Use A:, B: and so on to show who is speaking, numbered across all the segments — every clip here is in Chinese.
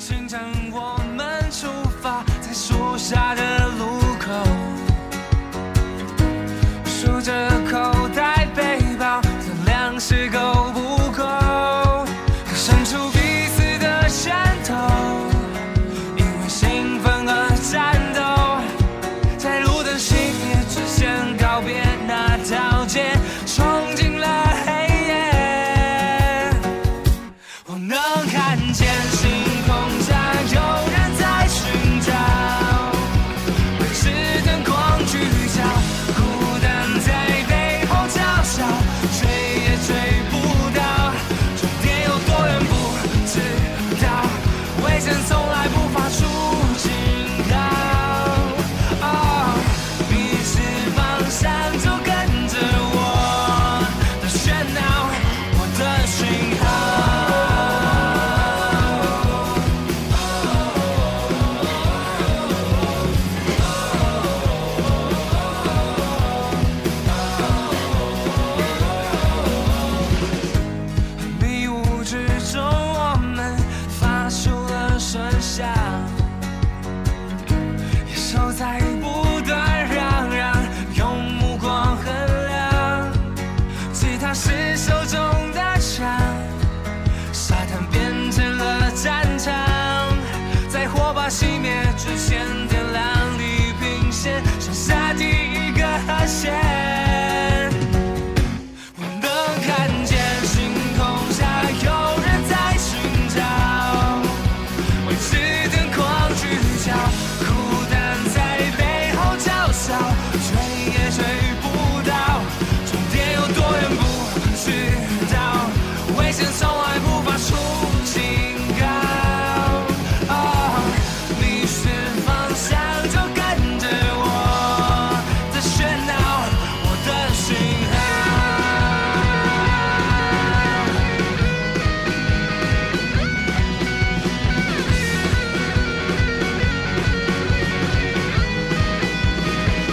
A: 牵着我们出发，在树下的路口，数着口袋背包，衡量是够不够，伸出彼此的拳头，因为兴奋而战斗，在路灯熄灭之前告别那条街，冲进了黑夜。我能看见星空下有人在寻找，被炽灯光聚焦，孤单在背后嘲笑，追也追不到，终点有多远不知道，危险从来不发出警告。哦，迷失方向就跟着我的喧闹，我的讯号。迷雾之中，我们发出了声响，野兽在不断嚷嚷，用目光衡量，吉他是手中的枪，沙滩变成了战场，在火把熄灭之前，点亮地平线，剩下第一个和弦。我能看见星空下有人在寻找，为此灯光聚焦，孤单在背后叫嚣，追也追不到，终点有多远不知道，危险从来不发出警告，哦迷失方向就跟着我的喧闹，我的讯号。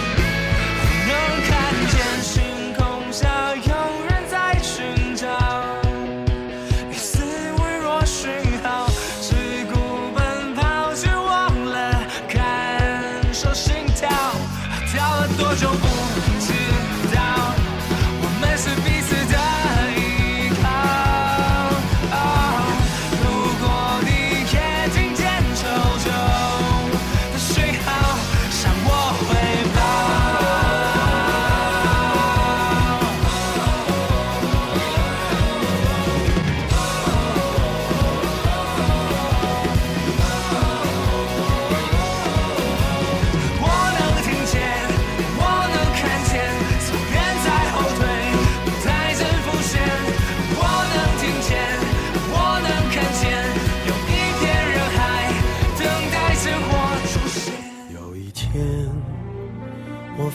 A: 能看见星空下有人在寻找，一丝微弱讯号，只顾奔跑，却忘了感受心跳。跳了多久不知道，我们是彼此的依靠。如果你也听见求救的讯号，向我汇报。我能听见，我能看见，从远在后退，不太真浮现。我能听见，我能看见，有一片人海等待着我出现。
B: 有一天，我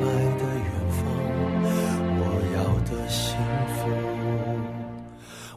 B: 白的远方。我要的幸福，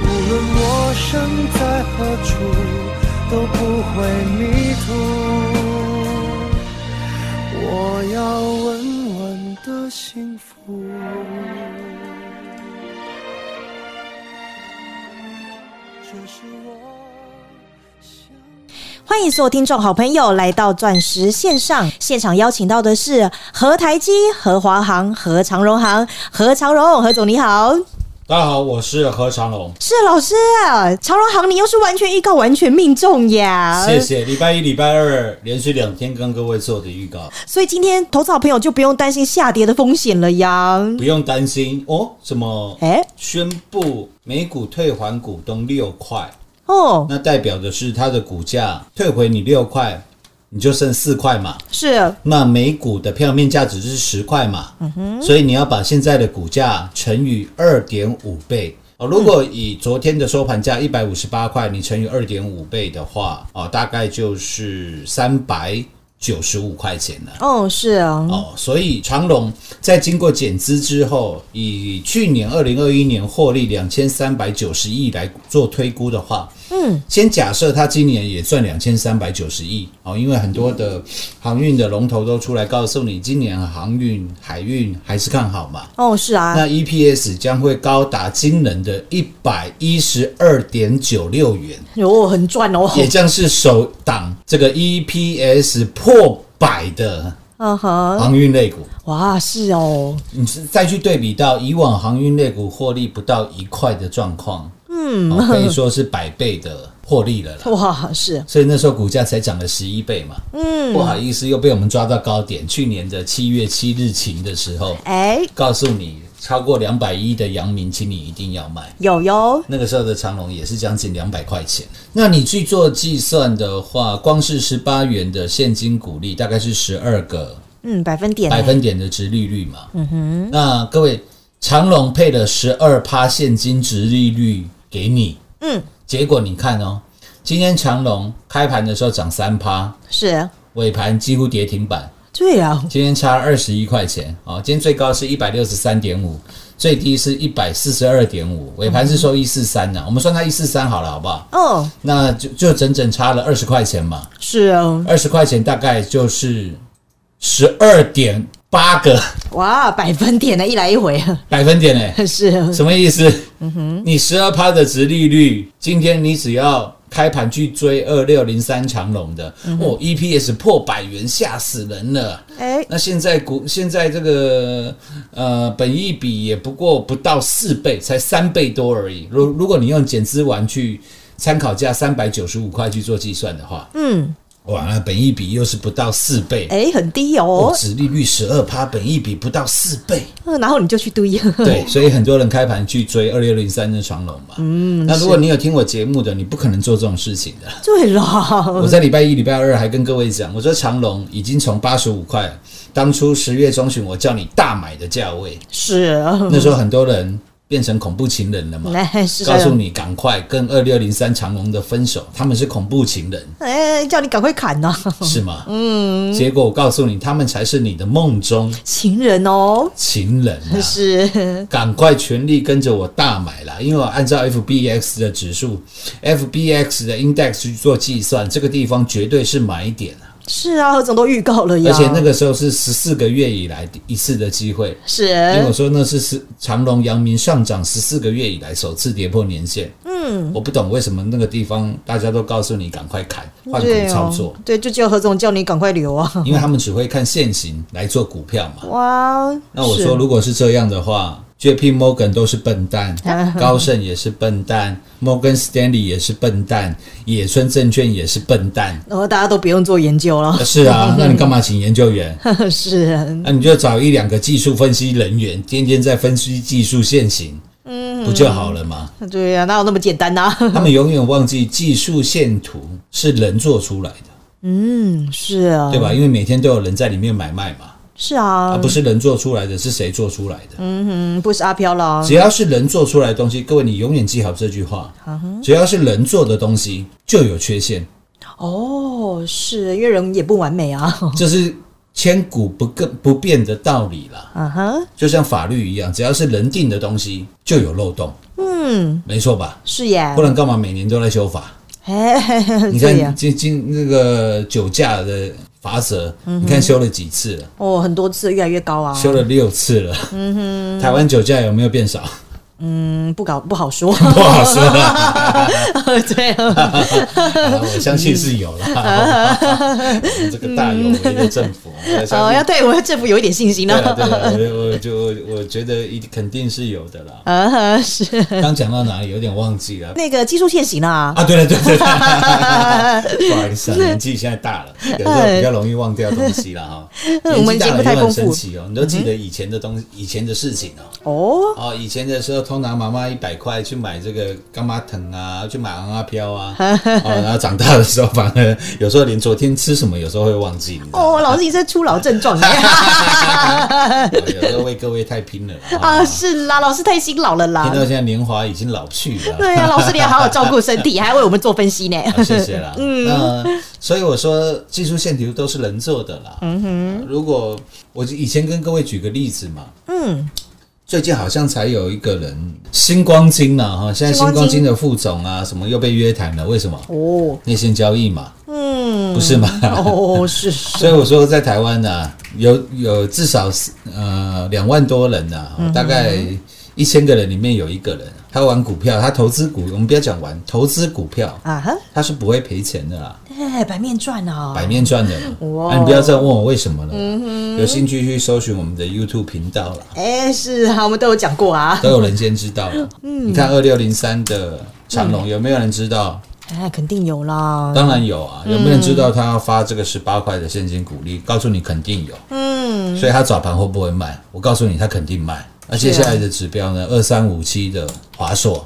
B: 无论我身在何处，都不会迷途。我要稳稳的幸福。只是我想。
C: 欢迎所有听众好朋友来到钻石线上现场，邀请到的是何台基、何华航、何长荣航、何长荣何总，你好，
D: 大家好，我是何长龙，
C: 是老师长荣航，你又是完全预告完全命中呀，
D: 谢谢。礼拜一、礼拜二连续两天跟各位做的预告，
C: 所以今天投资好朋友就不用担心下跌的风险了呀。
D: 不用担心哦。什么？
C: 哎
D: 宣布每股退还股东六块，
C: 哦，
D: 那代表的是它的股价退回你六块，你就剩四块嘛。
C: 是
D: 那每股的票面价值是十块嘛，所以你要把现在的股价乘以二点五倍。哦，如果以昨天的收盘价一百五十八块，你乘以二点五倍的话，哦，大概就是三百九十五块钱了。
C: 哦，是啊，
D: 哦，所以长隆在经过减资之后，以去年二零二一年获利两千三百九十亿来做推估的话，嗯，先假设它今年也赚两千三百九十亿哦，因为很多的航运的龙头都出来告诉你，今年航运、海运还是看好嘛。
C: 哦，是啊，
D: 那 EPS 将会高达惊人的一百一十二点九六元，
C: 哦，很赚哦，
D: 也将是首档这个 EPS 破百的
C: 嗯哼，
D: 航运类股。
C: 哇，是哦，
D: 你是再去对比到以往航运类股获利不到一块的状况，嗯、可以说是百倍的获利了 啦。
C: 哇，是
D: 所以那时候股价才涨了十一倍嘛，嗯，不好意思，又被我们抓到高点。去年的七月七日晴的时候，
C: 哎、
D: 告诉你超过两百一的阳明，请你一定要卖。
C: 有哟，
D: 那个时候的长隆也是将近两百块钱。那你去做计算的话，光是十八元的现金股利，大概是十二个
C: 嗯，百分点、
D: 百分点的值利率嘛。嗯哼，那各位，长隆配了十二趴现金值利率给你，
C: 嗯，
D: 结果你看哦，今天长隆开盘的时候涨三趴，
C: 是，
D: 尾盘几乎跌停板，
C: 对啊，
D: 今天差二十一块钱啊、哦，今天最高是一百六十三点五。最低是一百四十二点五，尾盘是收一四三呢，我们算它一四三好了，好不好？
C: 哦，
D: 那就就整整差了二十块钱嘛，
C: 是啊，
D: 二十块钱大概就是十二点八个
C: 哇，百分点呢，一来一回，
D: 百分点呢、
C: 是啊
D: 什么意思？你十二趴的值利率，今天你只要开盘去追二六零三长龙的，
C: 嗯
D: 哦，EPS 破百元，吓死人了。
C: 哎、
D: 那现在股现在这个呃，本益比也不过不到四倍，才三倍多而已。如如果你用减资完去参考价三百九十五块去做计算的话，
C: 嗯，
D: 哇，那本益比又是不到四倍，
C: 哎、很低哦
D: 哦，，值利率十二趴，本益比不到四倍。
C: 嗯然后你就去堆，
D: 对，所以很多人开盘去追二六零三的长龙嘛。嗯，那如果你有听我节目的，你不可能做这种事情的。
C: 对
D: 我
C: 了，
D: 在礼拜一、礼拜二还跟各位讲，我说长龙已经从八十五块，当初十月中旬我叫你大买的价位，
C: 是啊，
D: 那时候很多人变成恐怖情人了嘛。
C: 哎，是啊
D: 告诉你赶快跟二六零三长龙的分手，他们是恐怖情人，
C: 哎、叫你赶快砍呐、
D: 是吗？嗯。结果我告诉你，他们才是你的梦中
C: 情人哦，
D: 情人、啊。
C: 是，
D: 赶快全力跟着我大买啦！因为我按照 FBX 的指数，FBX 的 index 去做计算，这个地方绝对是买点啊！
C: 是啊，何总都预告了呀，
D: 而且那个时候是十四个月以来一次的机会，
C: 是，
D: 因为我说那是十长隆、阳明上涨十四个月以来首次跌破年线。嗯，我不懂为什么那个地方大家都告诉你赶快砍换股
C: 对
D: 操作嗯
C: 哦，，对，就叫何总叫你赶快留啊，
D: 因为他们只会看现行来做股票嘛。
C: 哇，
D: 那我
C: 是
D: 说，如果是这样的话，JP Morgan 都是笨蛋，高盛也是笨蛋，Morgan Stanley 也是笨蛋，野村证券也是笨 蛋。
C: 然后大家都不用做研究了，
D: 是啊，那你干嘛请研究员？
C: 是啊，
D: 那你就找一两个技术分析人员，天天在分析技术现行，不就好了吗？
C: 对呀、哪有那么简单啊呐、
D: 他们永远忘记技术线图是人做出来的，
C: 嗯，是啊，
D: 对吧？因为每天都有人在里面买卖嘛。
C: 是啊，
D: 啊，不是人做出来的，是谁做出来的？
C: 嗯，不是阿飘啦，
D: 只要是人做出来的东西，各位你永远记好这句话：只要是人做的东西就有缺陷，
C: 哦，是因为人也不完美啊，
D: 这是千古不更不变的道理啦。
C: 啊哈，
D: 就像法律一样，只要是人定的东西就有漏洞，
C: 嗯，
D: 没错吧？
C: 是耶
D: 不，然干嘛每年都在修法？
C: 哎，嘿嘿嘿
D: 你
C: 对呀
D: 看，今今那个酒驾的罚则，你看修了几次了？
C: 哦，很多次越来越高啊，
D: 修了六次了。台湾酒驾有没有变少？
C: 嗯，不搞不好说，
D: 不好说啦，
C: 对，
D: 啊我相信是有啦。这个大有为的政 府，我
C: 哦，
D: 相
C: 要哦
D: 信。
C: 对我的政府有一点信心
D: 对啊，对
C: 呢，
D: 啊，我我就我觉得一定肯定是有的啦。
C: 啊哈，是
D: 刚讲到哪里有点忘记了
C: 那个技术现行啊，呃
D: 啊？对了对 对 对，不好意思啊，年纪现在大了，有时候比较容易忘掉东西了哈。
C: 哎 我们
D: 年纪大
C: 节目
D: 了
C: 太
D: 就很
C: 丰富嗯
D: 神奇哦，你都记得以前的东西，以前的事情哦。
C: 哦，
D: 哦，以前的时候，通常妈妈一百块去买这个干妈藤啊，去买昂阿飘啊， 哦，然后长大的时候，反而有时候连昨天吃什么，有时候会忘记。你知道吗
C: 哦，老师你是初老症状 耶
D: 哦有时候为各位太拼了 啦
C: 啊，是啦，老师太辛劳了
D: 听
C: 啦
D: 到，现在年华已经老去了。
C: 对啊，老师你要好好照顾身体，还为我们做分 析呢，
D: 啊谢谢啦。那所以我说，技术线条都是人做的啦。嗯哼，如果我以前跟各位举个例子嘛，嗯，最近好像才有一个人星光金啊，哈，现在星光金的副总啊，什么又被约谈了，为什么？
C: 哦，
D: 内线交易嘛，
C: 嗯，
D: 不是吗？
C: 哦，是是，
D: 所以我说，在台湾呢、有有至少是呃两万多人呐、哦大概一千个人里面有一个人，他玩股票，他投资股，我们不要讲玩，投资股票，
C: 啊哈，
D: 他是不会赔钱的啦，
C: 哎，白面赚啊，
D: 百面赚的啦。
C: 哇
D: 啊，你不要再问我为什么了，有兴趣去搜寻我们的 YouTube 频道啦，
C: 哎，是啊，我们都有讲过啊，
D: 都有人先知道了。你看二六零三的长龙，有没有人知道？
C: 哎，肯定有啦，
D: 当然有啊，有没有人知道他要发这个十八块的现金股利？告诉你肯定有，嗯，啊所以他早盘会不会卖？我告诉你，他肯定卖。那接下来的指标呢？二三五七的华硕，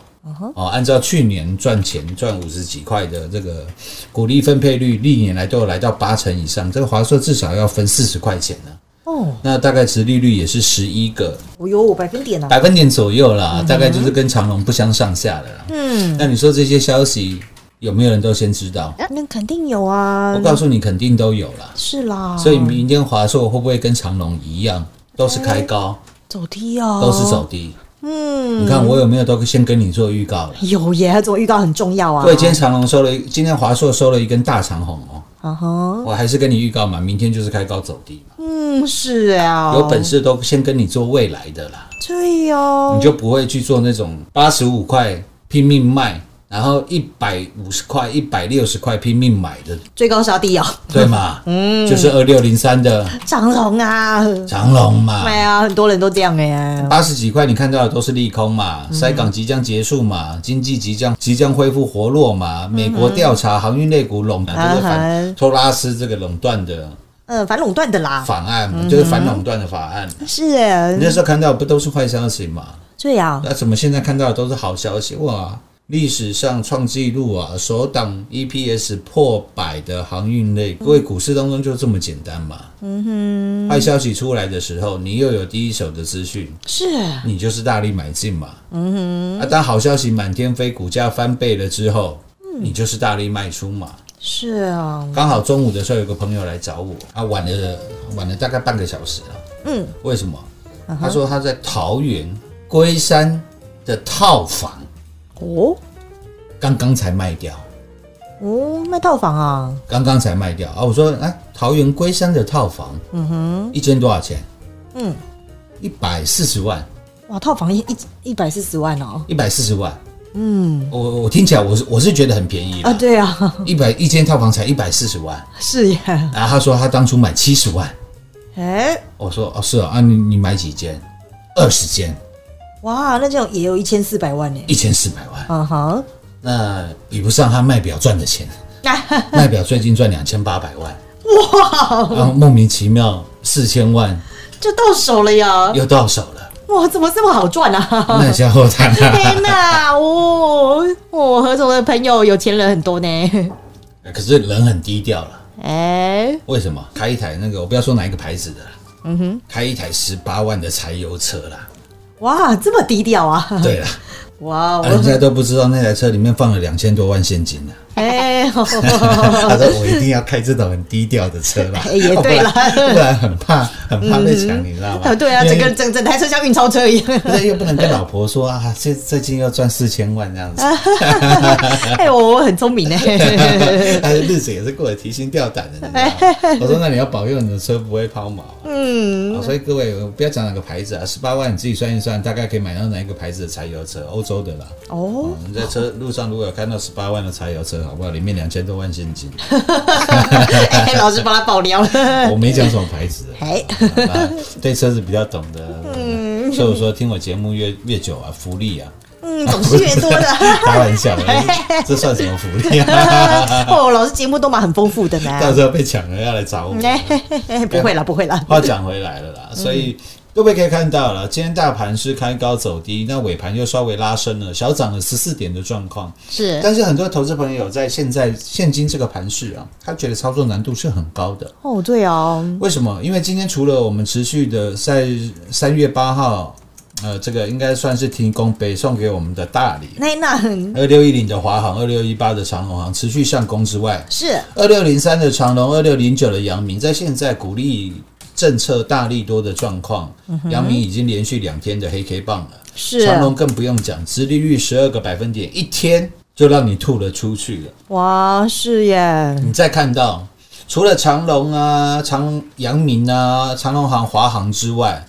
D: 哦，按照去年赚钱赚五十几块的这个股利分配率，历年来都有来到八成以上，这个华硕至少要分四十块钱呢、
C: 哦，
D: 那大概值利率也是十一个
C: 我有我百分点啊，
D: 百分点左右啦，大概就是跟长隆不相上下了啦。嗯，那你说这些消息有没有人都先知道？
C: 那肯定有啊
D: 我，告诉你，肯定都有啦。
C: 是啦，
D: 所以明天华硕会不会跟长隆一样，都是开高，
C: 走低啊，
D: 都是走低？哎哦嗯，你看我有没有都先跟你做预告了？
C: 有耶，这种预告很重要啊，
D: 对，今天长隆收了一，今天华硕收了一根大长红哦，
C: 啊哈，
D: 我还是跟你预告嘛，明天就是开高走低嘛，
C: 嗯，是啊，
D: 有本事嗯都先跟你做未来的啦，
C: 对哦哟，
D: 你就不会去做那种八十五块拼命卖，然后一百五十块、一百六十块拼命买的，
C: 最高杀低啊，
D: 对嘛？嗯，就是二六零三的
C: 长龙啊，
D: 长隆嘛，
C: 对啊，很多人都这样哎，
D: 八十几块，你看到的都是利空嘛，塞港即将结束嘛，经济即将即将恢复活络嘛，美国调查航运类股垄断、
C: 啊
D: 这个
C: 还
D: 反托拉斯这个垄断的
C: 嗯，反垄断的啦，
D: 法案，就是反垄断的法案。
C: 是哎
D: 你，那时候看到不都是坏消息嘛？
C: 对啊，
D: 那怎么现在看到的都是好消息？哇，历史上创纪录啊，首档 EPS 破百的航运类，各位股市当中就这么简单嘛？嗯哼，坏消息出来的时候，你又有第一手的资讯。
C: 是啊
D: 你就是大力买进嘛。嗯哼，啊，当好消息满天飞，股价翻倍了之后，你就是大力卖出嘛。
C: 是啊，
D: 刚好中午的时候，有个朋友来找我，啊，晚了晚了大概半个小时了。嗯，为什么？他说他在桃园龟山的套房
C: 哦
D: 刚刚才卖掉，
C: 哦，卖套房啊，
D: 刚刚才卖掉啊。我说，哎，桃园龟山的套房，嗯哼，一间多少钱？
C: 嗯，
D: 一百四十万。
C: 哇，套房一一一百四十万哦，
D: 一百四十万。嗯，我我听起来我是我是觉得很便宜
C: 啊，
D: 了，
C: 对啊，
D: 一百一间套房才一百四十万，
C: 是耶，
D: 然后他说他当初买七十万，
C: 哎。
D: 我说哦是哦啊你你买几间？二十间，
C: 哇，那这样也有一千四百万呢。
D: 一千四百万，
C: 啊哈，
D: 那比不上他卖表赚的 钱，卖表最近赚两千八百万，哇，哦然后莫名其妙四千万
C: 就到手了呀！
D: 又到手了，
C: 哇，怎么这么好赚啊？
D: 那向后谈 啊。
C: 天哪，哦，我何总的朋友有钱人很多呢。
D: 可是人很低调了，
C: 哎，
D: 为什么？开一台那个我不要说哪一个牌子的了，嗯哼，开一台十八万的柴油车啦，
C: 哇，这么低调啊！
D: 对啦，
C: 哇，
D: 啊
C: 我
D: 人家都不知道那台车里面放了两千多万现金呢、
C: 哎，
D: 他说我一定要开这种很低调的车啦，
C: 也对啦
D: 不然不然很怕很怕被抢，你知道吗？
C: 啊， 对啊，
D: 因
C: 整
D: 为
C: 个整整台车像运钞车一 样。
D: 不是又不能跟老婆说啊，这最近要赚四千万这 样子，
C: 哎，我我很聪 明哎，
D: 他的日子也是过得提心吊胆的，你知 道吗？我说那你要保佑你的车不会抛锚。嗯、所以各位不要讲哪个牌子啊，十八万你自己算一算，大概可以买到哪一个牌子的柴油车？欧洲的啦。
C: 哦
D: 哦，，你在车路上如果有看到十八万的柴油车，好不好？里面两千多万现金，
C: 哎，老师帮他爆料 了。
D: 我没讲什么牌子的。
C: 哎，
D: 啊对车子比较懂的，所以我说听我节目越越久啊，福利啊，
C: 嗯，总是越多的。哎
D: 开玩笑的，这算什么福利啊？
C: 哦，老师节目都蛮很丰富的
D: 到
C: 呢。
D: 时候被抢了要来找我。
C: 哎，嗯嘿嘿不会啦，不会啦。
D: 话讲回来了啦，所以各位可以看到了，今天大盘是开高走低，那尾盘又稍微拉升了，小涨了十四点的状况。
C: 是
D: 但是很多投资朋友在现在现今这个盘势啊，他觉得操作难度是很高的。
C: 哦，对哦，
D: 为什么？因为今天除了我们持续的在三月八号，呃，这个应该算是提供北送给我们的大礼，
C: 那那嗯很
D: 二六一零的华航，二六一八的长荣航持续上攻之外，
C: 是
D: 二六零三的长隆，二六零九的阳明，在现在鼓励政策大力多的状况，阳、明已经连续两天的黑 K 棒了，
C: 是啊
D: 长隆更不用讲，殖利率十二个百分点，一天就让你吐了出去了。
C: 哇，是耶，
D: 你再看到，除了长隆啊、长阳明啊、长隆行、华航之外，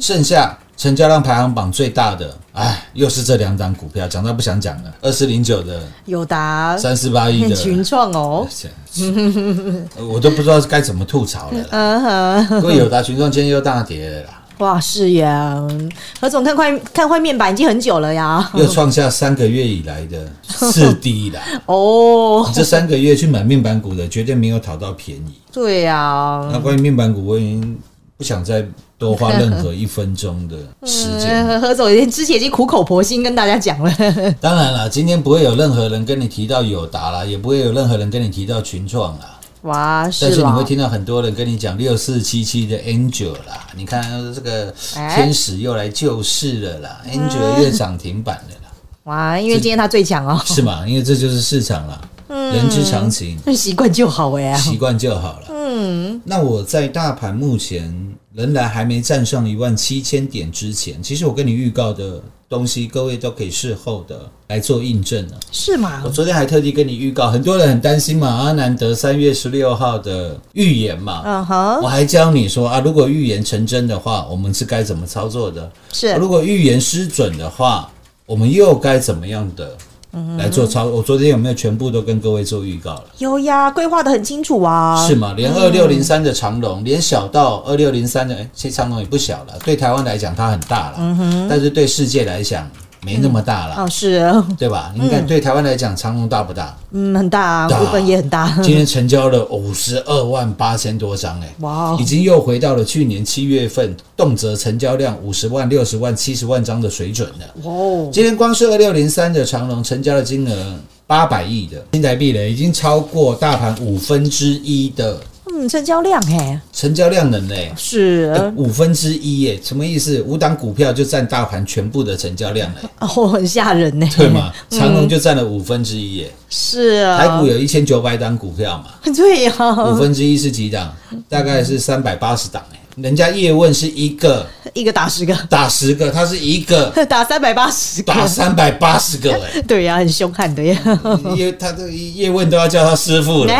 D: 剩下成交量排行榜最大的，哎，又是这两档股票，讲到不想讲了，二四零九的，
C: 有答
D: 三四八一的，
C: 呃群创哦，
D: 呃我都不知道该怎么吐槽了啦。
C: 嗯哼，
D: 因为友达群众今天又大跌了啦，
C: 哇，是耶，何总看快看坏面板已经很久了呀，
D: 又创下三个月以来的次低啦。
C: 哦
D: 你，这三个月去买面板股的，绝对没有讨到便宜。
C: 对呀，
D: 那关于面板股，我已经不想再多花任何一分钟的时间。
C: 呃，何总已经之前已经苦口婆心跟大家讲了，
D: 当然了，今天不会有任何人跟你提到友达啦，也不会有任何人跟你提到群创啦。
C: 哇，
D: 但
C: 是
D: 是你会
C: 啦，
D: 听到很多人跟你讲六四七七的 Angel 啦，你看这个
C: 哎嗯
D: 天使又来救市了啦、a n g e l 又涨停板了啦，
C: 哇，因为今天他最强哦，
D: 是吗？因为这就是市场啦，
C: 嗯
D: 人之常情，
C: 习惯就好哎，
D: 习惯就好了。嗯，那我在大盘目前仍然还没站上一万七千点之前，其实我跟你预告的东西，各位都可以事后的来做印证了。
C: 是吗
D: 我？昨天还特地跟你预告，很多人很担心嘛，阿南德三月十六号的预言嘛，
C: 嗯哼，
D: 我还教你说啊，如果预言成真的话，我们是该怎么操作的？
C: 是
D: 如果预言失准的话，我们又该怎么样的
C: 嗯
D: 来做操？我昨天有没有全部都跟各位做预告了？
C: 有呀，规划的很清楚啊，
D: 是吗？连二六零三的长龙，连小到二六零三的，哎，其实长龙也不小了，对台湾来讲它很大了，但是对世界来讲没那么大了，
C: 嗯哦，是，
D: 对吧？你看对台湾来讲，长龙大不大？
C: 嗯，很大啊，
D: 大
C: 股本也很大，
D: 今天成交了五十二万八千多张、哎，
C: 哇哦
D: 已经又回到了去年七月份动辄成交量五十万、六十万、七十万张的水准了。
C: 哦，
D: 今天光是二六零三的长隆成交的金额八百亿的新台币呢，已经超过大盘五分之一的
C: 嗯，成交量哎，
D: 成交量能嘞。哎
C: 是，
D: 五分之一耶，什么意思？五档股票就占大盘全部的成交量嘞，
C: 哦，很吓人呢，
D: 对吗？长隆就占了五分之一耶，
C: 是啊，
D: 台股有一千九百档股票嘛，
C: 对呀、
D: 五分之一是几档？大概是三百八十档哎，人家叶问是一个
C: 一个打十个，
D: 打十个，他是一个
C: 打三百八十个，
D: 打三百八十个哎、
C: 对呀、很凶悍的呀。
D: 叶他这叶问都要叫他师傅 了，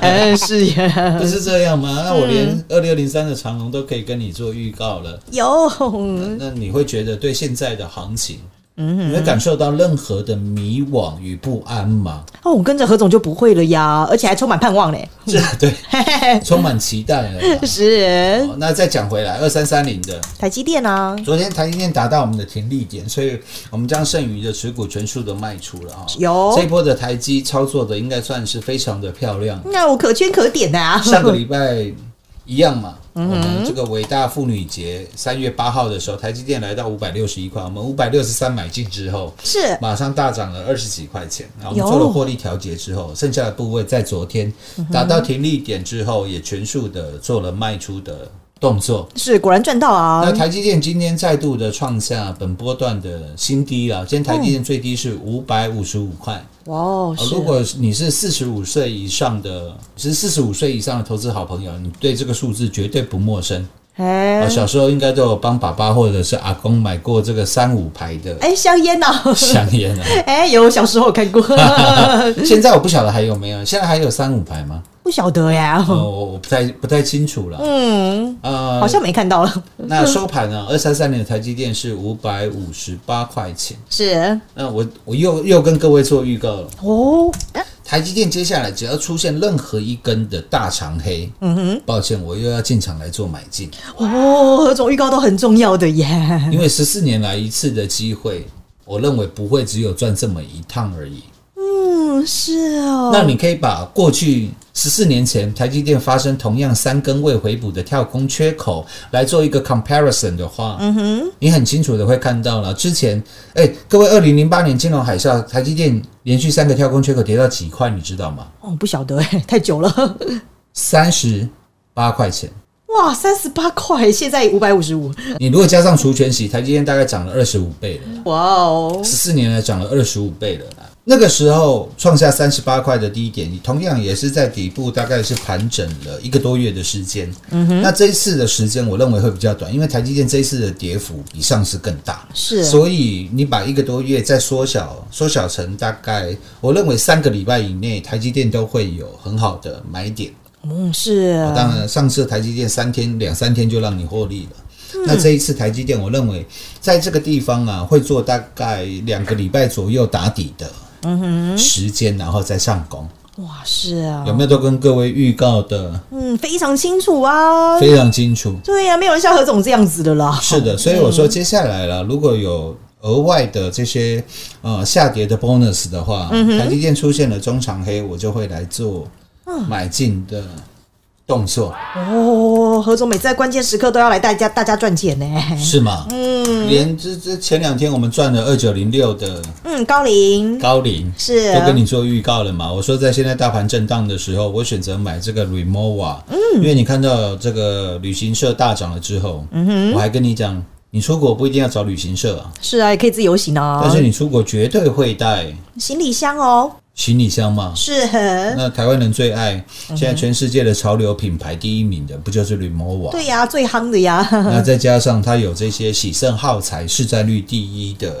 C: 嗯，是呀，
D: 不是这样吗？那我连二六零三的长龙都可以跟你做预告了，
C: 有，
D: 嗯那你会觉得对现在的行情，你会感受到任何的迷惘与不安吗？
C: 哦，我跟着何总就不会了呀，而且还充满盼望嘞。
D: 这对，充满期待了啦。
C: 是
D: 好那再讲回来，二三三零的，
C: 台积电啊，
D: 昨天台积电达到我们的停利点，所以我们将剩余的持股全数的卖出了啊、
C: 有
D: 这一波的台积操作的应该算是非常的漂亮。
C: 那我可圈可点的啊。
D: 上个礼拜一样嘛，我们这个伟大妇女节三月八号的时候，台积电来到五百六十一块，我们五百六十三买进之后，
C: 是
D: 马上大涨了二十几块钱。然后我们
C: 有
D: 做了获利调节之后，剩下的部位在昨天达到停利点之后，也全数的做了卖出的动作。
C: 是果然赚到啊
D: 那！台积电今天再度的创下本波段的新低啊！今天台积电最低是五百五十五块。
C: 哇哦，
D: 呃
C: 是
D: 如果你是四十五岁以上的，是四十五岁以上的投资好朋友，你对这个数字绝对不陌生。
C: 哎
D: 啊，小时候应该都有帮爸爸或者是阿公买过这个三五牌的
C: 哎香烟呐，
D: 香烟啊。
C: 哎有小时候有 看过，
D: 现在我不晓得还有没有，现在还有三五牌吗？
C: 不晓得呀，
D: 呃我我不太不太清楚了。
C: 哦嗯，
D: 呃
C: 好，像没看到了，
D: 那收盘呢？二三三年的台积电是五百五十八块钱。
C: 是
D: 那我我又又跟各位做预告了，
C: 哦，
D: 台积电接下来只要出现任何一根的大长黑，嗯哼，抱歉，我又要进场来做买进，
C: 哦，何总预告都很重要的耶，
D: 因为十四年来一次的机会，我认为不会只有赚这么一趟而已。
C: 嗯，是哦，
D: 那你可以把过去十四年前台积电发生同样三根未回补的跳空缺口来做一个 comparison 的话，嗯哼，你很清楚的会看到了。之前，哎、各位，二零零八年金融海啸，台积电连续三个跳空缺口跌到几块，你知道吗？
C: 哦不晓得哎，太久了，
D: 三十八块钱。
C: 哇，三十八块，现在五百五十五，
D: 你如果加上除权息，台积电大概涨了二十五倍了啦，
C: 哇哦，
D: 十四年来涨了二十五倍了啦。那个时候创下三十八块的低点，你同样也是在底部，大概是盘整了一个多月的时间。嗯哼，那这一次的时间，我认为会比较短，因为台积电这一次的跌幅比上次更大，
C: 是
D: 所以你把一个多月再缩小，缩小成大概，我认为三个礼拜以内，台积电都会有很好的买点。
C: 嗯是，
D: 当然，上次台积电三天两三天就让你获利了。那这一次台积电，我认为在这个地方啊，会做大概两个礼拜左右打底的时间，然后再上攻，
C: 哇是啊
D: 有，没有都跟各位预告的
C: 嗯，非常清楚啊，
D: 非常清楚？
C: 对呀、没有人像何总这样子的啦。
D: 是的，所以我说接下来了，如果有额外的这些呃下跌的 bonus 的话，台积电出现了中长黑，我就会来做买进的动作。
C: 哦，何总每次在关键时刻都要来大家大家赚钱呢。
D: 是吗？嗯，连这这前两天我们赚了二九零六的
C: 嗯，高龄
D: 高瓴，
C: 是啊
D: 都跟你做预告了嘛。我说在现在大盘震荡的时候，我选择买这个 Remova，嗯，因为你看到这个旅行社大涨了之后，嗯哼，我还跟你讲，你出国不一定要找旅行社啊，
C: 是啊，也可以自由行啊，
D: 但是你出国绝对会带
C: 行李箱哦，
D: 行李箱嘛。
C: 是很
D: 那台湾人最爱，现在全世界的潮流品牌第一名的不就是 Remova？
C: 对呀、最夯的呀。
D: 那再加上它有这些喜盛耗材市占率第一的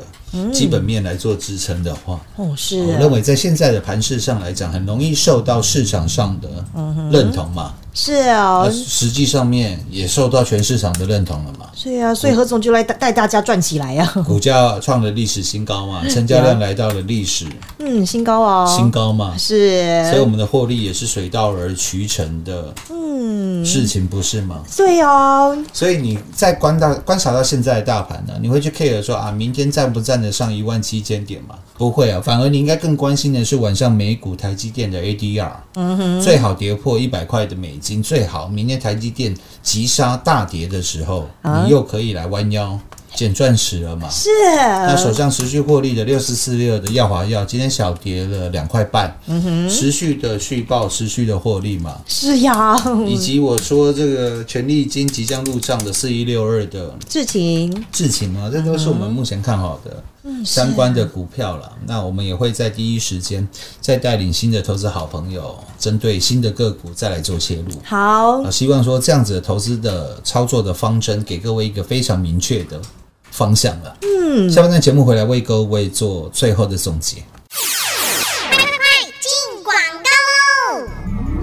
D: 基本面来做支撑的话，
C: 哦，嗯是
D: 我认为在现在的盘势上来讲，很容易受到市场上的
C: 嗯
D: 认同嘛，
C: 是啊
D: 而，实际上面也受到全市场的认同了嘛。
C: 对啊，所以何总就来带带大家赚起来呀、啊。
D: 股价创了历史新高嘛，成交量来到了历史
C: 嗯，新高啊、哦，
D: 新高嘛，所以我
C: 是，
D: 们的获利也是水到而渠成的，嗯，事情不是吗？
C: 对啊，
D: 所以你在观到观察到现在的大盘呢，你会去 care 说啊，明天站不站得上一万七千点吗？不会啊，反而你应该更关心的是晚上美股台积电的 ADR，嗯哼，最好跌破一百块的美金，最好明天台积电急杀大跌的时候，你又可以来弯腰捡钻石了嘛？
C: 是
D: 那手上持续获利的六四四六的耀华药，今天小跌了两块半，嗯哼，持续的续报，持续的获利嘛，
C: 是呀，
D: 以及我说这个权利金即将入账的四一六二的
C: 志勤
D: 智勤啊，这都是我们目前看好的相关的股票了。那我们也会在第一时间再带领新的投资好朋友，针对新的个股再来做切入。
C: 好
D: 啊，希望说这样子的投资的操作的方针，给各位一个非常明确的方向了。嗯，下半段节目回来为各位做最后的总结。
E: 进广告喽！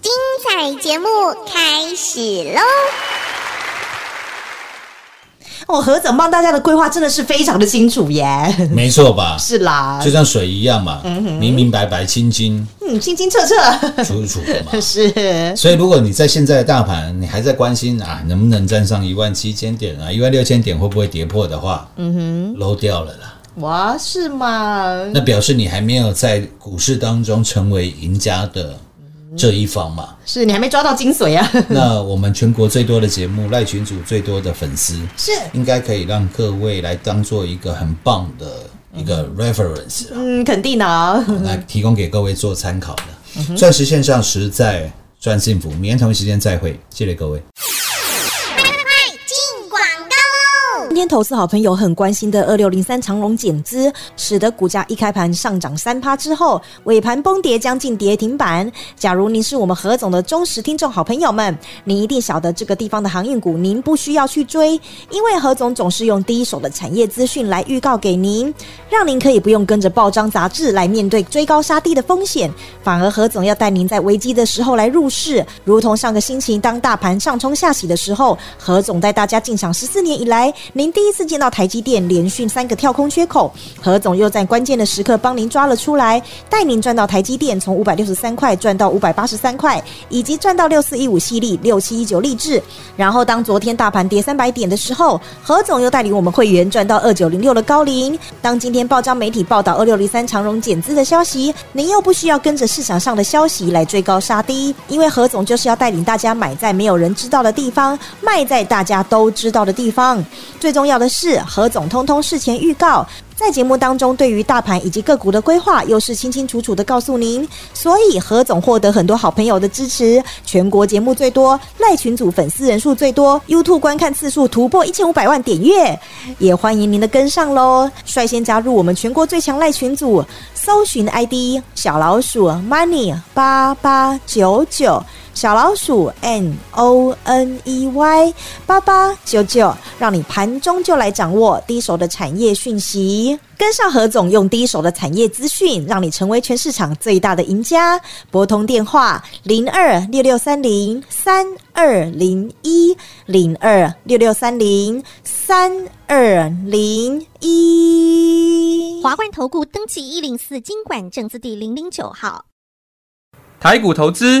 E: 精彩节目开始喽！
C: 哦，何总帮大家的规划真的是非常的清楚耶，
D: 没错吧？
C: 是啊啦，
D: 就像水一样嘛，明明白白、清清
C: 嗯，清清澈澈，。
D: 楚楚的嘛
C: 是，
D: 所以，如果你在现在的大盘，你还在关心啊，能不能站上一万七千点啊，一万六千点会不会跌破的话，嗯哼，low 掉了啦。
C: 哇，是吗？
D: 那表示你还没有在股市当中成为赢家的这一方嘛。
C: 是你还没抓到精髓啊，
D: 那我们全国最多的节目，赖群主最多的粉丝，
C: 是，
D: 应该可以让各位来当做一个很棒的一个 reference 啦
C: 嗯，肯定的啊，
D: 来提供给各位做参考的。钻石线上实在赚幸福，明天同一时间再会，谢谢各位。
E: 进广告喽！
C: 今天投资好朋友很关心的二六零三长龙减资，使得股价一开盘上涨三趴之后，尾盘崩跌将近跌停板。假如您是我们何总的忠实听众好朋友们，您一定晓得这个地方的航运股，您不需要去追，因为何总总是用第一手的产业资讯来预告给您，让您可以不用跟着报章杂志来面对追高杀低的风险，反而何总要带您在危机的时候来入市，如同上个星期当大盘上冲下洗的时候，何总带大家进场十四年以来，您第一次见到台积电连续三个跳空缺口，何总又在关键的时刻帮您抓了出来，带您赚到台积电从五百六十三块赚到五百八十三块，以及赚到六四一五犀利、六七一九励志。然后当昨天大盘跌三百点的时候，何总又带领我们会员赚到二九零六的高龄。当今天报章媒体报道二六零三长荣减资的消息，您又不需要跟着市场上的消息来追高杀低，因为何总就是要带领大家买在没有人知道的地方，卖在大家都知道的地方。最重要的是，何总通通事前预告。在节目当中，对于大盘以及个股的规划，又是清清楚楚的告诉您。所以何总获得很多好朋友的支持，全国节目最多，赖群组粉丝人数最多，YouTube 观看次数突破一千五百万点阅，也欢迎您的跟上喽！率先加入我们全国最强赖群组，搜寻 ID 小老鼠 Money 八八九九。小老鼠 N O N E Y 八八九九，让你盘中就来掌握第一手的产业讯息，跟上何总用第一手的产业资讯，让你成为全市场最大的赢家。拨通电话零二六六三零三二零一零二六六三零三二零一。
E: 华冠投顾登记一零四经管证字第零零九号。
F: 台股投资，